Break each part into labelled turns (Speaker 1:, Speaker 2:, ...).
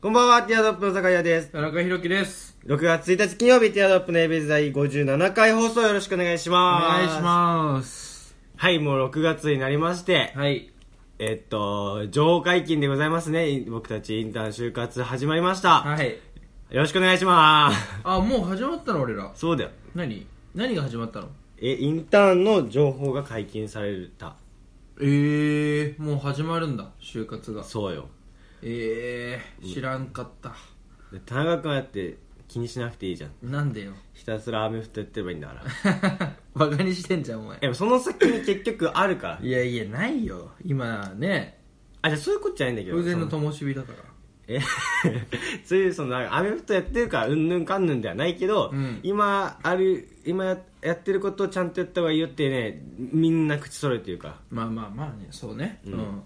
Speaker 1: こんばんは、ティアドロップの坂井です。
Speaker 2: 田中宏樹です。
Speaker 1: 6月1日金曜日、ティアドロップのエビズ第57回放送よろしくお願いし
Speaker 2: お
Speaker 1: ます。
Speaker 2: 願いします。
Speaker 1: す。はい、もう6月になりまして、
Speaker 2: はい。
Speaker 1: えっと、情報解禁でございますね。僕たちインターン就活始まりました。
Speaker 2: はい。
Speaker 1: よろしくお願いしま
Speaker 2: あ、もう始まったの俺ら
Speaker 1: す。。そうだよ。
Speaker 2: 何何が始まったの
Speaker 1: え、インターンの情報が解禁された。
Speaker 2: ええー、もう始まるんだ、就活が。
Speaker 1: そうよ。
Speaker 2: ええー、知らんかった。
Speaker 1: で田中君はだって気にしなくていいじゃん。
Speaker 2: なん でよ。
Speaker 1: ひたすらアメフトやってればいいんだから。
Speaker 2: バカにしてんじゃん、お前。
Speaker 1: え、その先に結局あるから。
Speaker 2: いやいや、ないよ。今ね、
Speaker 1: あ、じゃあそういうことじゃないんだけど。
Speaker 2: 偶然の
Speaker 1: そ
Speaker 2: 灯火だから。
Speaker 1: え そういうそのなんかアメフトやってるからうんぬんかんぬんではないけど、
Speaker 2: うん
Speaker 1: 今ある今ややってることをちゃんとやった方がいいよってねみんな口揃えて言うか
Speaker 2: まあまあまあね、そうね。うん。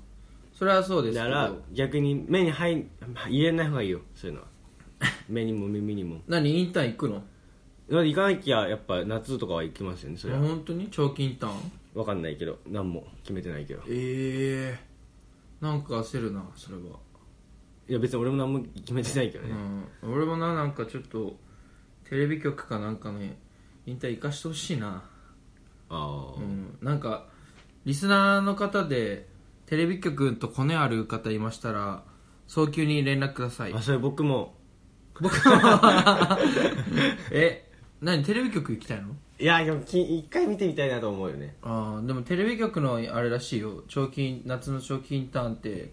Speaker 2: それはそうで
Speaker 1: ら
Speaker 2: す
Speaker 1: だ
Speaker 2: け
Speaker 1: から
Speaker 2: ど。
Speaker 1: 逆に目に入ん入れない方がいいよそういうのは 目にも耳にも
Speaker 2: 何インターン行くの
Speaker 1: だって行かなきゃやっぱ夏とかは行きますよねそれは
Speaker 2: 本当に長期インターン
Speaker 1: 分かんないけど何も決めてないけど
Speaker 2: ええー、なんか焦るな、それは。
Speaker 1: いや別に俺も何も決めてないけどね、
Speaker 2: うん、俺もななんかちょっとテレビ局かなんかの引退行かしてほしいな、
Speaker 1: ああ、
Speaker 2: うん、なんかリスナーの方でテレビ局とコネある方いましたら早急に連絡くだ さい
Speaker 1: あそれ僕も
Speaker 2: 僕はえ何テレビ局行きたいの
Speaker 1: いやでもき一回見てみたいなと思うよね
Speaker 2: あーでもテレビ局のあれらしいよ長期夏の長期インターンって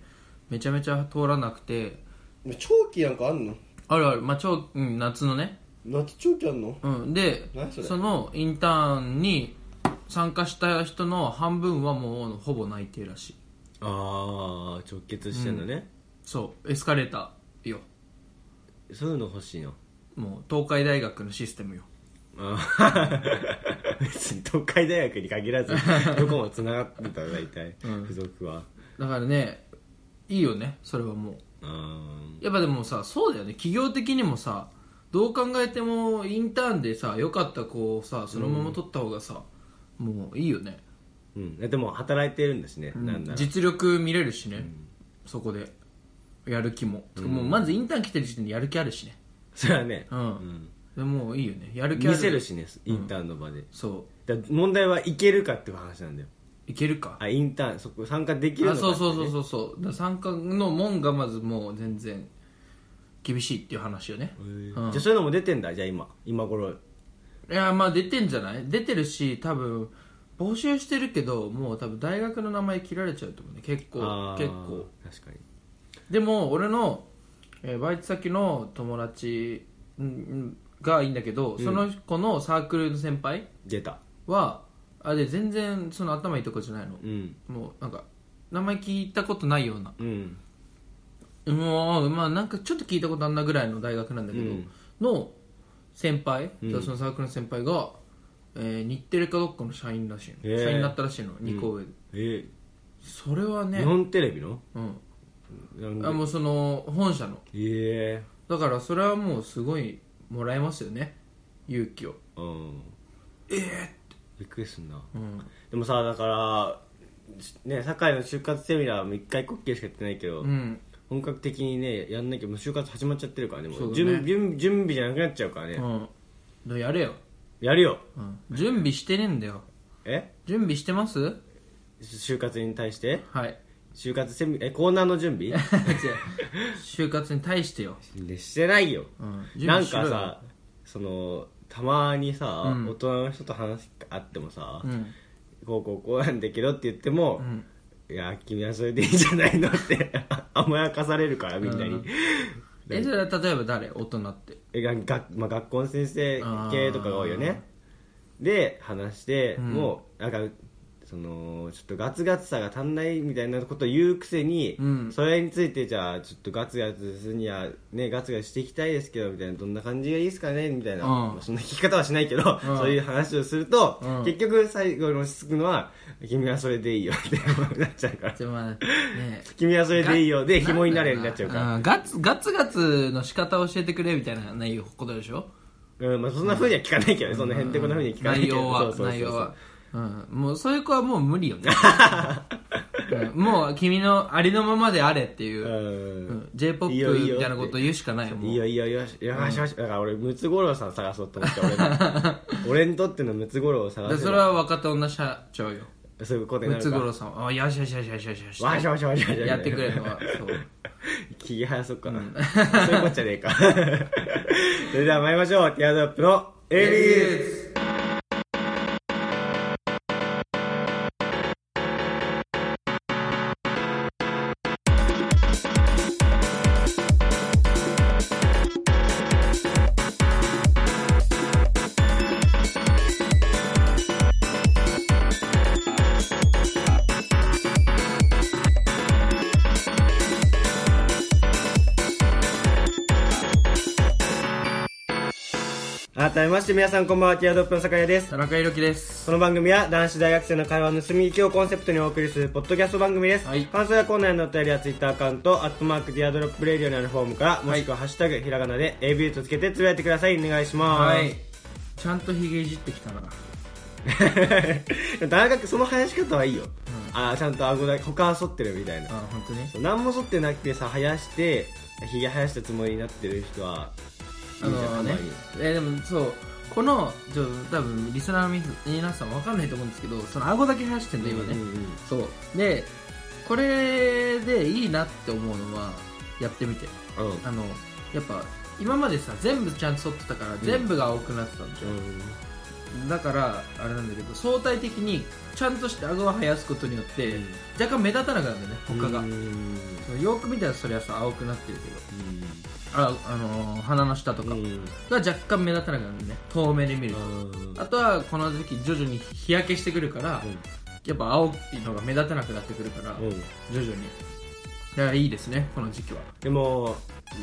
Speaker 2: めちゃめちゃ通らなくて
Speaker 1: 長期なんかあんの
Speaker 2: あるある、まあ長うん、夏のね
Speaker 1: 夏長期あんの
Speaker 2: うん、で
Speaker 1: 何それ
Speaker 2: のインターンに参加した人の半分はもうほぼ内定らしい
Speaker 1: ああ直結してんのね、
Speaker 2: そうエスカレーターよ
Speaker 1: そういうの欲しいな
Speaker 2: もう東海大学のシステムよ
Speaker 1: あー 別に東海大学に限ら ずどこもつながってたら大体、
Speaker 2: うん
Speaker 1: 付属は
Speaker 2: だからねいいよねそれはもう
Speaker 1: あー
Speaker 2: やっぱでもさそうだよね企業的にもさどう考えてもインターンでさ良かった子をさそのまま取った方がさ、もういいよね、
Speaker 1: うんでも働いてるんだしね、なんだ
Speaker 2: 実力見れるしね、そこでやる気も、もうまずインターン来てる時点でやる気あるしね
Speaker 1: それはね、
Speaker 2: うん、でもいいよねやる気ある
Speaker 1: 見せるしねインターンの場で、
Speaker 2: そ
Speaker 1: だから問題はいけるかっていう話なんだよ
Speaker 2: ういけるか
Speaker 1: あインターンそこ参加できるの
Speaker 2: あ
Speaker 1: か
Speaker 2: そうそうそううそうそうだから参加の門がまずもう全然厳しいっていう話よね、うん
Speaker 1: じゃあそういうのも出てんだじゃあ今今頃
Speaker 2: いやまあ出てんじゃない出てるし多分募集してるけどもう多分大学の名前切られちゃうと思うね結構
Speaker 1: あー
Speaker 2: 結構
Speaker 1: 確かに
Speaker 2: でも俺の、えーバイト先の友達んんがいいんだけど、その子のサークルの先輩
Speaker 1: 出た
Speaker 2: はあで全然その頭いいとこじゃないの
Speaker 1: うん
Speaker 2: もうなんか名前聞いたことないような
Speaker 1: うん
Speaker 2: もうまあなんかちょっと聞いたことあんなぐらいの大学なんだけど、
Speaker 1: うん
Speaker 2: の先輩、そのサークルの先輩が、えー日テレかどっかの社員らしいの、
Speaker 1: へー
Speaker 2: 社員だったらしいの2個上で、
Speaker 1: え
Speaker 2: それは
Speaker 1: ー
Speaker 2: ね
Speaker 1: 日、本テレビの
Speaker 2: うん、
Speaker 1: なんで
Speaker 2: あもうその本社の
Speaker 1: ええ
Speaker 2: だからそれはもうすごいもらえますよね勇気を
Speaker 1: うん
Speaker 2: ええ
Speaker 1: びっくりすんな
Speaker 2: うん
Speaker 1: でもさだからね堺の就活セミナーも一回こっきりしかやってないけど、
Speaker 2: うん
Speaker 1: 本格的にねやんなきゃもう就活始まっちゃってるからねも
Speaker 2: そうだね
Speaker 1: 準備準準備じゃなくなっちゃうからね、
Speaker 2: うんだやれよ、
Speaker 1: やるよ
Speaker 2: うん、準備してねえんだよ
Speaker 1: え
Speaker 2: 準備してます
Speaker 1: 就活に対して
Speaker 2: はい
Speaker 1: 就活セミえコーナーの準 備
Speaker 2: 就活に対してよ、
Speaker 1: ねしてないよ、
Speaker 2: うん、準
Speaker 1: な
Speaker 2: 備
Speaker 1: ん
Speaker 2: しろ
Speaker 1: か
Speaker 2: よ
Speaker 1: さそのたまにさ、
Speaker 2: うん
Speaker 1: 大人の人と話あってもさ、
Speaker 2: うん
Speaker 1: こうこうこうなんだけどって言っても、
Speaker 2: ん
Speaker 1: いや君はそれでいいんじゃないのって 甘やかされるからみんなに、
Speaker 2: えそれは例えば誰大人って
Speaker 1: えががまあ、学校の先生系とかが多いよねで話して、
Speaker 2: ん
Speaker 1: もうなんかそのちょっとガツガツさが足んないみたいなことを言うくせに、
Speaker 2: うん
Speaker 1: それについてじゃあちょっとガツガツするにはねガツガツしていきたいですけどみたいなどんな感じがいいですかねみたいな、
Speaker 2: うん
Speaker 1: まあそんな聞き方はしないけど、
Speaker 2: うん
Speaker 1: そういう話をすると、
Speaker 2: うん
Speaker 1: 結局最後に落ち着くのは君はそれでいいよってなっちゃうから
Speaker 2: でもまあね
Speaker 1: 君はそれでいいよで
Speaker 2: ガ
Speaker 1: 紐になれになっちゃうから
Speaker 2: んガツガツガツの仕方を教えてくれみたいな内容ことでしょ
Speaker 1: うんまあ、そんなふうには聞かないけどね、そんなへんてこなふうには聞かない
Speaker 2: 内
Speaker 1: けど、
Speaker 2: 容
Speaker 1: そう
Speaker 2: は
Speaker 1: そうそうそう
Speaker 2: 内容はうんもうそういう子はもう無理よねうんもう君のありのままであれっていう、
Speaker 1: う
Speaker 2: うんん、J−POP
Speaker 1: いいよいいよ
Speaker 2: みたいなこと言うしかないもん
Speaker 1: いいよいいよよしよしよしだから俺ムツゴロウさん探そうと思って俺 の俺にとってのムツゴロウを探
Speaker 2: で
Speaker 1: せ
Speaker 2: それ
Speaker 1: ば
Speaker 2: は若手女社長よ
Speaker 1: そういうことにな
Speaker 2: ム
Speaker 1: る
Speaker 2: ツ
Speaker 1: か
Speaker 2: ゴロウさんはあよしよしよしよしよしよし
Speaker 1: わしわしわしわし
Speaker 2: やってくれよそう
Speaker 1: 気が早そっかな、そういうこっちゃねえか それでは参りましょうティアドロップのエリーズ改めまして皆さんこんばんはティアドロップの酒屋です
Speaker 2: 田中裕樹です
Speaker 1: この番組は男子大学生の会話の盗み聞きをコンセプトにお送りするポッドキャスト番組です、
Speaker 2: はい
Speaker 1: 感想やコーナーへのお便りはツイッターアカウント「アットマークディアドロップレディオ」にあるフォームからもしくは「ハッシュタグひらがな」で AB とつけてつぶやいてくださいお願いします、
Speaker 2: はいちゃんとひげいじってきたな
Speaker 1: 田中君その生やし方はいいよ、ああちゃんと顎だけ他は剃ってるみたいな、
Speaker 2: あ本当に
Speaker 1: 何も剃ってなくてさ生やしてひげ生やしたつもりになってる人は
Speaker 2: あ
Speaker 1: いいじゃん、
Speaker 2: のね
Speaker 1: たまに
Speaker 2: えーでもそうこのちょ多分リスナーの皆さん分かんないと思うんですけどその顎だけ生やしてんの今ね、
Speaker 1: うんうんうん
Speaker 2: そうでこれでいいなって思うのはやってみて
Speaker 1: うん
Speaker 2: あのやっぱ今までさ全部ちゃんと剃ってたから全部が青くなってたんでしょ、だからあれなんだけど相対的にちゃんとして顎を生やすことによって、
Speaker 1: うん
Speaker 2: 若干目立たなくなるんだよね
Speaker 1: うん
Speaker 2: 他が、
Speaker 1: うんうん
Speaker 2: そのよく見たらそれはさ青くなってるけどあ、あのー鼻の下とか
Speaker 1: う
Speaker 2: が
Speaker 1: ん
Speaker 2: 若干目立たなくなるんだよね遠目で見ると、
Speaker 1: うん
Speaker 2: あとはこの時期徐々に日焼けしてくるから、やっぱ青いのが目立たなくなってくるから、
Speaker 1: うんうん
Speaker 2: 徐々にだからいいですねこの時期は
Speaker 1: でも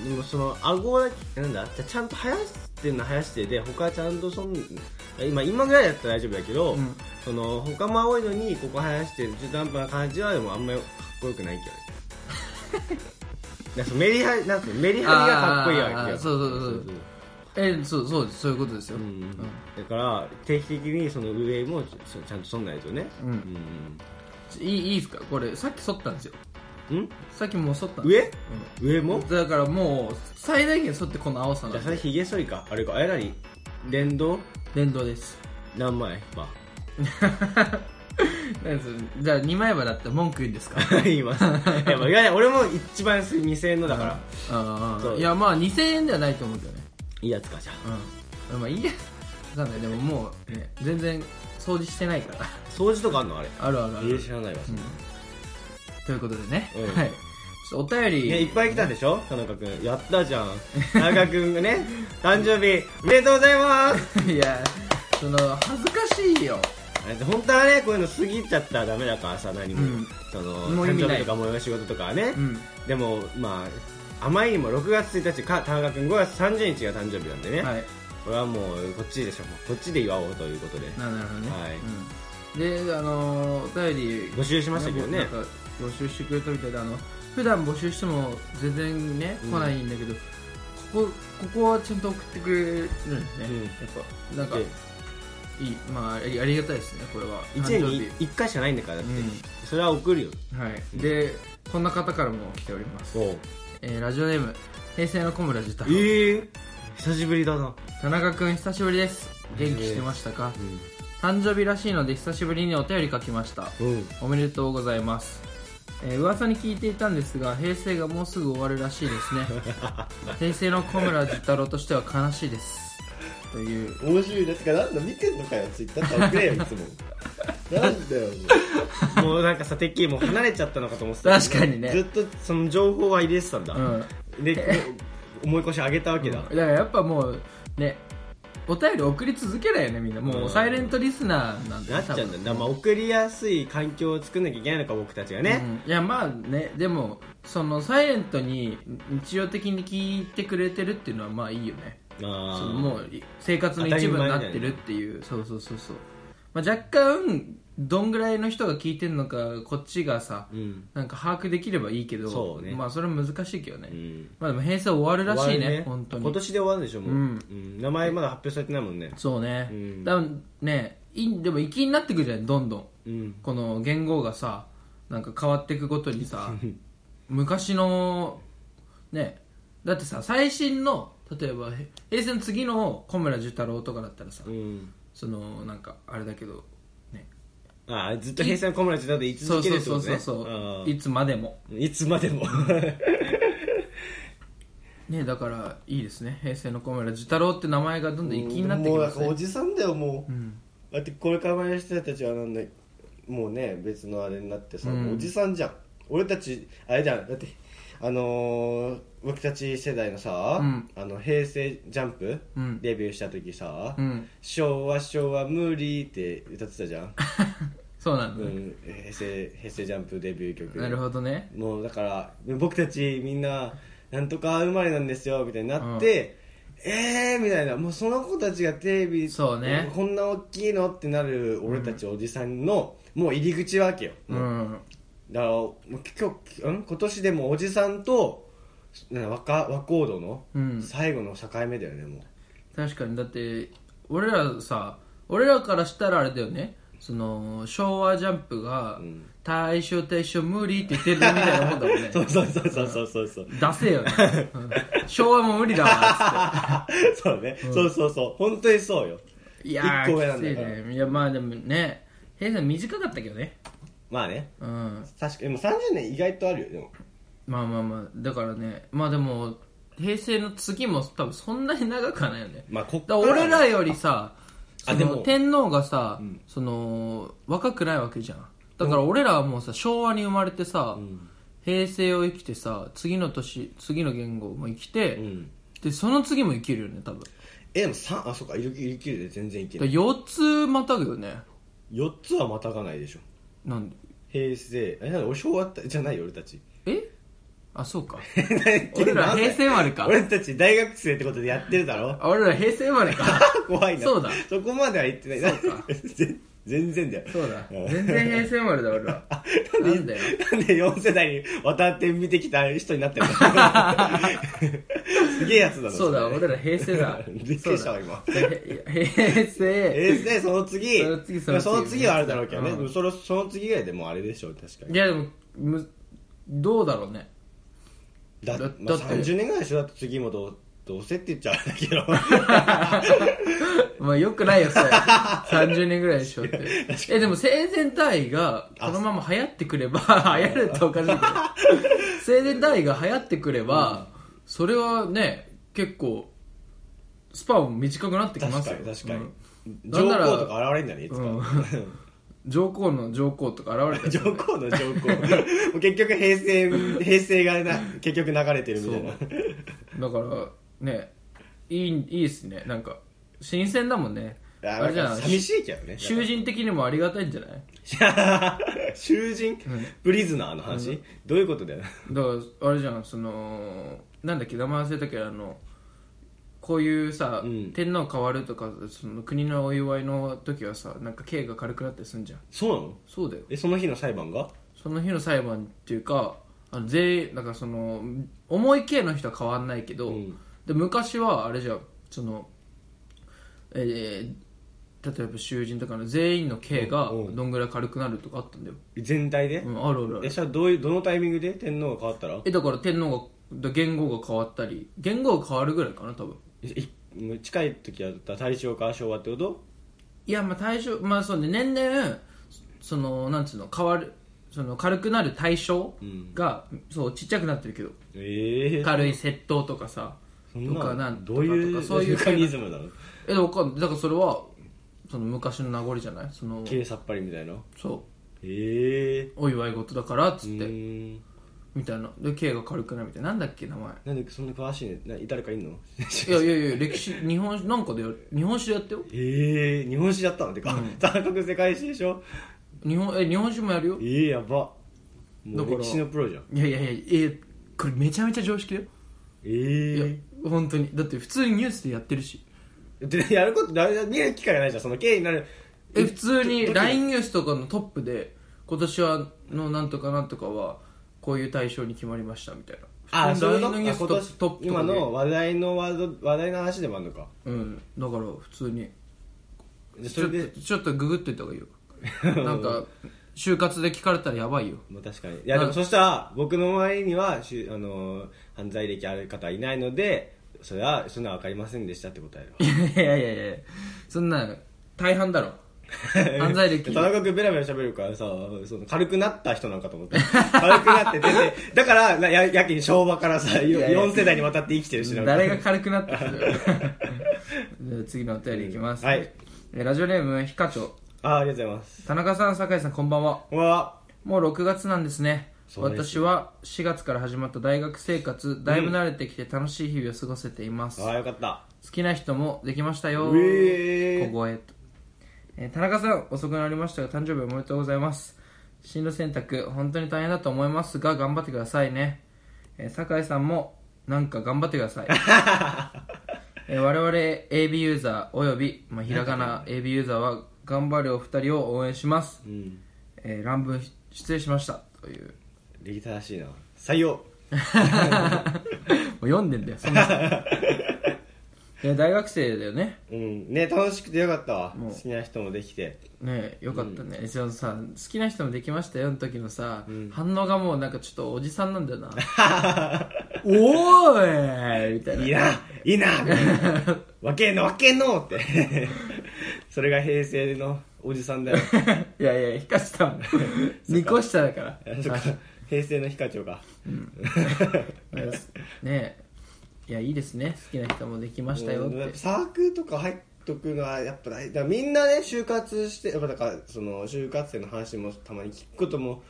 Speaker 1: でもその顎だけなんだじゃあちゃんと生やしてるのは生やしてで他はちゃんとそん今今ぐらいだったら大丈夫だけど、
Speaker 2: うん
Speaker 1: その他も青いのにここ生やしてる中途半端な感じはでもあんまりかっこよくないけど なんかそのメリハリなんかそのメリハリがかっこいいわけ
Speaker 2: あ
Speaker 1: よ
Speaker 2: ーそうそうそうえそうそうですそういうことですよ、
Speaker 1: うんだから定期的にその上もちょちゃんとそんないとね
Speaker 2: うんいいいいですかこれさっき剃ったんですよ
Speaker 1: うん、うん、
Speaker 2: さっきもう剃ったんですよ
Speaker 1: 上上も
Speaker 2: うん、だからもう最大限剃ってこの青さ
Speaker 1: じ
Speaker 2: な
Speaker 1: ゃあ
Speaker 2: ん
Speaker 1: それ
Speaker 2: で
Speaker 1: ひげ剃りかあれかえなに電動
Speaker 2: 電動です
Speaker 1: 何枚ば
Speaker 2: なんかそれじゃあ2枚刃だって文句言うんですか
Speaker 1: 言いますいやまあいやいや俺も一番安い2000円の だから、
Speaker 2: あ
Speaker 1: そ
Speaker 2: あ
Speaker 1: う
Speaker 2: いやまあ2000円ではないと思うけどね
Speaker 1: いいやつかじゃあ
Speaker 2: うんまあいいやわかんないでももうね全然掃除してないから
Speaker 1: 掃除とかあんのあれ
Speaker 2: あるあるあ
Speaker 1: え
Speaker 2: る
Speaker 1: 知らないわ、
Speaker 2: ということでね、
Speaker 1: うん
Speaker 2: はいちょっとお便り、
Speaker 1: ね、いっぱい来たでしょ田中君やったじゃん田中君がね 誕生日おめでとうございます
Speaker 2: いやその恥ずかしいよ
Speaker 1: あ本当はねこういうの過ぎちゃったらダメだからさ何も、
Speaker 2: うん
Speaker 1: その
Speaker 2: もう意
Speaker 1: 誕
Speaker 2: 味
Speaker 1: 生
Speaker 2: ない
Speaker 1: 日とか模様仕事とかはね、
Speaker 2: うん
Speaker 1: でもまああまりにも6月1日か田中君5月30日が誕生日なんでね、
Speaker 2: はい
Speaker 1: これはもうこっちでしょもうこっちで祝おうということで
Speaker 2: ななるほどね、
Speaker 1: はい
Speaker 2: うん、であのーお便り
Speaker 1: 募集しましたけどね
Speaker 2: なんか募集してくれたみたいであの普段募集しても全然ね
Speaker 1: う
Speaker 2: 来
Speaker 1: ん
Speaker 2: ないんだけど、ここここはちゃんと送ってくれるんですね、
Speaker 1: うん
Speaker 2: やっぱなんかい
Speaker 1: で
Speaker 2: いまあありありがたいですねこれは
Speaker 1: 1年に1回しかないんだからだって、それは送るよ
Speaker 2: うん、はい、でこんな方からも来ております、
Speaker 1: おう
Speaker 2: えーラジオネーム平成の小村寿太郎
Speaker 1: ええ久しぶりだな、
Speaker 2: 田中君久しぶりです元気してましたか、
Speaker 1: う
Speaker 2: 誕生日らしいので久しぶりにお便り書きました
Speaker 1: ん、うん
Speaker 2: おめでとうございます、えー噂に聞いていたんですが平成がもうすぐ終わるらしいで すね平成の小村寿太郎としては悲しいですという
Speaker 3: 面白いなってかなんだ見てんのかよツイッターって送れよい つもなんだよも
Speaker 1: もうなんかさてっきりもう離れちゃったのかと思ってた
Speaker 2: 確かにね
Speaker 1: ずっとその情報は入れてたんだ、
Speaker 2: うん
Speaker 1: で思い越し上げたわけだ、
Speaker 2: だからやっぱもうねお便り送り続けないよねみんなもうサイレントリスナーなんだよ
Speaker 1: なっちゃうんだよ
Speaker 2: 多分
Speaker 1: だからまあ送りやすい環境を作んなきゃいけないのか僕たちがね、
Speaker 2: うんいやまあねでもそのサイレントに日常的に聞いてくれてるっていうのはまあいいよね
Speaker 1: あ
Speaker 2: そ
Speaker 1: あ
Speaker 2: のもうい生活の一部になってるっていうそうそうそうそう、まあ、若干どんぐらいの人が聞いてるのかこっちがさ、
Speaker 1: うん、
Speaker 2: なんか把握できればいいけど
Speaker 1: そうね
Speaker 2: まあそれは難しいけどね、
Speaker 1: うん、
Speaker 2: まあでも平成終わるらしい
Speaker 1: 終わ
Speaker 2: ね
Speaker 1: る
Speaker 2: 本当に
Speaker 1: 今年で終わるでしょもう、
Speaker 2: うん
Speaker 1: ん名前まだ発表されてないもんね
Speaker 2: そうね、
Speaker 1: うん
Speaker 2: 多分ねいでも粋になってくるじゃんどんどん
Speaker 1: うん
Speaker 2: この言語がさなんか変わっていくごとにさ昔のねだってさ最新の例えばへ平成の次の小村寿太郎とかだったらさ、
Speaker 4: うん
Speaker 2: そのなんかあれだけどね
Speaker 4: ああずっと平成の小村ちだって言い
Speaker 2: そ
Speaker 4: 続
Speaker 2: う
Speaker 4: け
Speaker 2: そ
Speaker 4: る
Speaker 2: う
Speaker 4: って
Speaker 2: そ
Speaker 4: こ
Speaker 2: う
Speaker 4: と
Speaker 2: そう
Speaker 4: ね
Speaker 2: そ
Speaker 4: あ
Speaker 2: ういつまでも
Speaker 4: あいつまで も
Speaker 2: ねだからいいですね平成の小村寿太郎って名前がどんどん粋になってき
Speaker 1: もうな
Speaker 2: ま
Speaker 1: ん
Speaker 2: す
Speaker 1: か
Speaker 2: ね
Speaker 1: おじさんだよもう、
Speaker 2: うん
Speaker 1: だってこれからやる人たちはなんだもうね別のあれになってさ、
Speaker 2: うん
Speaker 1: おじさんじゃん俺たちあれじゃんだってあのー僕たち世代のさ、
Speaker 2: うん
Speaker 1: あの平成ジャンプ、
Speaker 2: うん
Speaker 1: デビューした時さ、
Speaker 2: うん
Speaker 1: 昭和昭和無理って歌ってたじゃん、
Speaker 2: そうなん
Speaker 1: う
Speaker 2: だ、
Speaker 1: ん、平成平成ジャンプデビュー曲
Speaker 2: なるほどね
Speaker 1: もうだから僕たちみんななんとか生まれなんですよみたいになって、えーみたいなもうその子たちがテレビ
Speaker 2: そうね
Speaker 1: こんな大きいのってなる俺たちおじさんの、もう入り口わけよ、
Speaker 2: うん
Speaker 1: だからもう今日ん今年でもうおじさんとな若若王道の
Speaker 2: うん
Speaker 1: 最後の境目だよねもう
Speaker 2: 確かにだって俺らさ俺らからしたらあれだよねその昭和ジャンプが「大正大正無理」って言ってるみたいなもんだもん ね
Speaker 1: そうそうそうそうそうそうそう
Speaker 2: 出せよね、うん昭和も無理だわっ
Speaker 1: そうね、そうそうそう本当にそうよ
Speaker 2: つって いや
Speaker 1: 一個上な
Speaker 2: ー
Speaker 1: ん
Speaker 2: きつ
Speaker 1: だ
Speaker 2: い
Speaker 1: から
Speaker 2: ねいやまあでもね平成短かったけどね
Speaker 1: まあね
Speaker 2: うん
Speaker 1: 確かにでも30年意外とあるよでも
Speaker 2: まあまあまあだからねまあでも平成の次も多分そんなに長くはないよね
Speaker 1: まあこっか
Speaker 2: だから
Speaker 1: ら
Speaker 2: 俺らよりさ
Speaker 1: あ
Speaker 2: その
Speaker 1: でも
Speaker 2: 天皇がさ、その若くないわけじゃんだから俺らはもうさ昭和に生まれてさ、平成を生きてさ次の年次の言語も生きて、
Speaker 1: ん
Speaker 2: でその次も生きるよね多分だか
Speaker 1: えでも3あそうかいるいるきるで全然いけ
Speaker 2: ら
Speaker 1: ない
Speaker 2: 4つまたぐよね
Speaker 1: 4つはまたがないでしょ
Speaker 2: なんで
Speaker 1: 平成えなんで俺昭和ってじゃないよ俺た ち
Speaker 2: えあそうか俺
Speaker 1: 俺
Speaker 2: ら平成生まれか
Speaker 1: 俺たち大学生ってことでやってるだろ
Speaker 2: あ 俺ら平成生まれか
Speaker 1: 怖いな
Speaker 2: そうだ
Speaker 1: そこまでは言ってない
Speaker 2: そうか
Speaker 1: 全全然だよ
Speaker 2: そうだ
Speaker 1: ん
Speaker 2: 全然平成生まれだ俺ら なんだよ
Speaker 1: なんで4世代にわたって見てきた人にな ってるのすげえやつだな
Speaker 2: そうだ
Speaker 1: れ
Speaker 2: 俺ら平成 だ
Speaker 1: びっくりしたわ今
Speaker 2: そうだへ平成
Speaker 1: 平成その次
Speaker 2: その次そ
Speaker 1: そ
Speaker 2: の
Speaker 1: の
Speaker 2: 次
Speaker 1: 次はあれだろうけどね、
Speaker 2: うん
Speaker 1: そのその次ぐらいでもうあれでしょ確か
Speaker 2: い
Speaker 1: に
Speaker 2: やでもむどうだろうね
Speaker 1: だ
Speaker 2: だ
Speaker 1: まあ、
Speaker 2: だって
Speaker 1: 30年ぐらいでしょだって次もどうどうせって言っちゃうんだけ ど
Speaker 2: まあよくないよそ れ30年ぐらいでしょってえでも生前退位がこのまま流行ってくれば流行るっておかしいけど生前退位が流行ってくれば、それはね結構スパン短くなってきま
Speaker 1: 確
Speaker 2: す
Speaker 1: か
Speaker 2: よ
Speaker 1: に確かに、
Speaker 2: うん
Speaker 1: 上皇
Speaker 2: なんなら
Speaker 1: とか現れんだねいつか、
Speaker 2: うん上皇の上皇とか現れた
Speaker 1: 上皇の上 皇もう結局平成平成がな結局流れてるみたいな
Speaker 2: だからねいいいいですねなんか新鮮だもんね
Speaker 1: あ
Speaker 2: あれじゃん
Speaker 1: 寂しいけどね
Speaker 2: 囚人的にもありがたいんじゃない
Speaker 1: 囚人、プリズナーの話、どういうことだよ
Speaker 2: だからあれじゃんそのなんだっけ名前忘れたけどあのこういうさ、
Speaker 1: うん
Speaker 2: 天皇変わるとかその国のお祝いの時はさなんか刑が軽くなったりすんじゃん
Speaker 1: そうなの
Speaker 2: そうだよ
Speaker 1: えその日の裁判が
Speaker 2: その日の裁判っていうかあの全員なんかその重い刑の人は変わんないけど、
Speaker 1: うん
Speaker 2: で昔はあれじゃんそのえー例えば囚人とかの全員の刑が
Speaker 1: うんうん
Speaker 2: どんぐらい軽くなるとかあったんだよ、
Speaker 1: 全体で、
Speaker 2: うん、あるあるある
Speaker 1: えそれはどういうどのタイミングで天皇が変わったら
Speaker 2: えだから天皇がだ元号が変わったり元号が変わるぐらいかな多分
Speaker 1: いい近い時は大正か昭和ってこと
Speaker 2: いやまあ対象まあそうね年々そのなんつうの変わるその軽くなる対象が、そうちっちゃくなってるけど
Speaker 1: ええ
Speaker 2: 軽い窃盗とかさ
Speaker 1: そん
Speaker 2: とか
Speaker 1: な
Speaker 2: なんと
Speaker 1: ど
Speaker 2: か
Speaker 1: うい
Speaker 2: と
Speaker 1: う
Speaker 2: かそういう
Speaker 1: メカニズムなの
Speaker 2: えわかんないだからそれはその昔の名残じゃないその
Speaker 1: きれいさっぱりみたいな
Speaker 2: そう
Speaker 1: ええ
Speaker 2: お祝い事だからっつ
Speaker 1: う
Speaker 2: って、
Speaker 1: ーん
Speaker 2: みたいなで刑が軽くなるみたいななんだっけ 名前
Speaker 1: なんでそんな詳しいねな誰かいん の
Speaker 2: いやいやいや歴史日本なんかでやる日本史でやってよ
Speaker 1: ええ日本史だったのてか三角世界史でしょ
Speaker 2: 日本え日本史もやるよ
Speaker 1: ええやばも
Speaker 2: だから
Speaker 1: う歴史のプロじゃん
Speaker 2: いやいやいやえーこれめちゃめちゃ常識だよいや
Speaker 1: え
Speaker 2: 本当にだって普通にニュースでやってるし
Speaker 1: えでやることだ見る機会がないじゃんその経緯になる
Speaker 2: え普通に
Speaker 1: ど
Speaker 2: LINE ニュースとかのトップで今年はのなんとかなんとかはこういう対象に決まりましたみたいな
Speaker 1: あ
Speaker 2: 普
Speaker 1: そ
Speaker 2: 通
Speaker 1: うい
Speaker 2: に
Speaker 1: う
Speaker 2: LINE のニュース
Speaker 1: こ
Speaker 2: ト
Speaker 1: と
Speaker 2: ップトップと
Speaker 1: 今
Speaker 2: かで
Speaker 1: の話題のワード話題の話でもあるのか
Speaker 2: うんだから普通に
Speaker 1: で
Speaker 2: ち
Speaker 1: そ
Speaker 2: ょ
Speaker 1: れ
Speaker 2: っ
Speaker 1: で
Speaker 2: とちょっとググっといた方がいいよなんか就活で聞かれたらやばいよ
Speaker 1: まあ、確かにいやで
Speaker 2: うん
Speaker 1: もそしたら僕の周りにはしゅ、あのー犯罪歴ある方いないのでそれはそんな分かりませんでしたって答える
Speaker 2: いやいやいやいやそんな大 半だろ犯罪歴
Speaker 1: 田中君ベラベラ喋るからさその軽くなった人なんかと思って軽くなって出て だからなややけに昭和からさ
Speaker 2: いやいや
Speaker 1: 4世代にわたって生きてるしな
Speaker 2: 誰が軽くな ったんだよじゃあ次のお便りいきます、
Speaker 1: はい
Speaker 2: えラジオネームひかちょう
Speaker 1: あありがとうございます
Speaker 2: 田中さん酒井さんこんばんは
Speaker 1: うわ
Speaker 2: もう6月なんですね
Speaker 1: そうです
Speaker 2: 私は4月から始まった大学生活だいぶ慣れてきて楽しい日々を過ごせています、
Speaker 1: ああよかった
Speaker 2: 好きな人もできましたよ
Speaker 1: うえー
Speaker 2: 小声と、えー田中さん遅くなりましたが誕生日おめでとうございます進路選択本当に大変だと思いますが頑張ってくださいね、えー酒井さんもなんか頑張ってく ださい、えー我々 AB ユーザーおよび、まあ、ひらがな AB ユーザーは頑張るお二人を応援します、
Speaker 1: うん
Speaker 2: えー乱文し失礼しましたという
Speaker 1: 礼儀正しいな採用
Speaker 2: もう読んでんだよ そんなのえー大学生だよね
Speaker 1: うんね楽しくてよかったわ
Speaker 2: もう
Speaker 1: 好きな人もできて
Speaker 2: ねえよかったね、えそのさ好きな人もできましたよの時のさ、反応がもうなんかちょっとおじさんなんだ よなおーいみたいない
Speaker 1: いないいなわけんのわけんのって それが平成のおじさんだよ
Speaker 2: や いやひかした もん2個下だから
Speaker 1: あそっか平成のヒカチョウか
Speaker 2: ねえいやいいですね好きな人もできましたよっ
Speaker 1: うん
Speaker 2: て
Speaker 1: サークルとか入っとくのはやっぱ大だからみんなね就活してやっぱだからその就活生の話もたまに聞くことも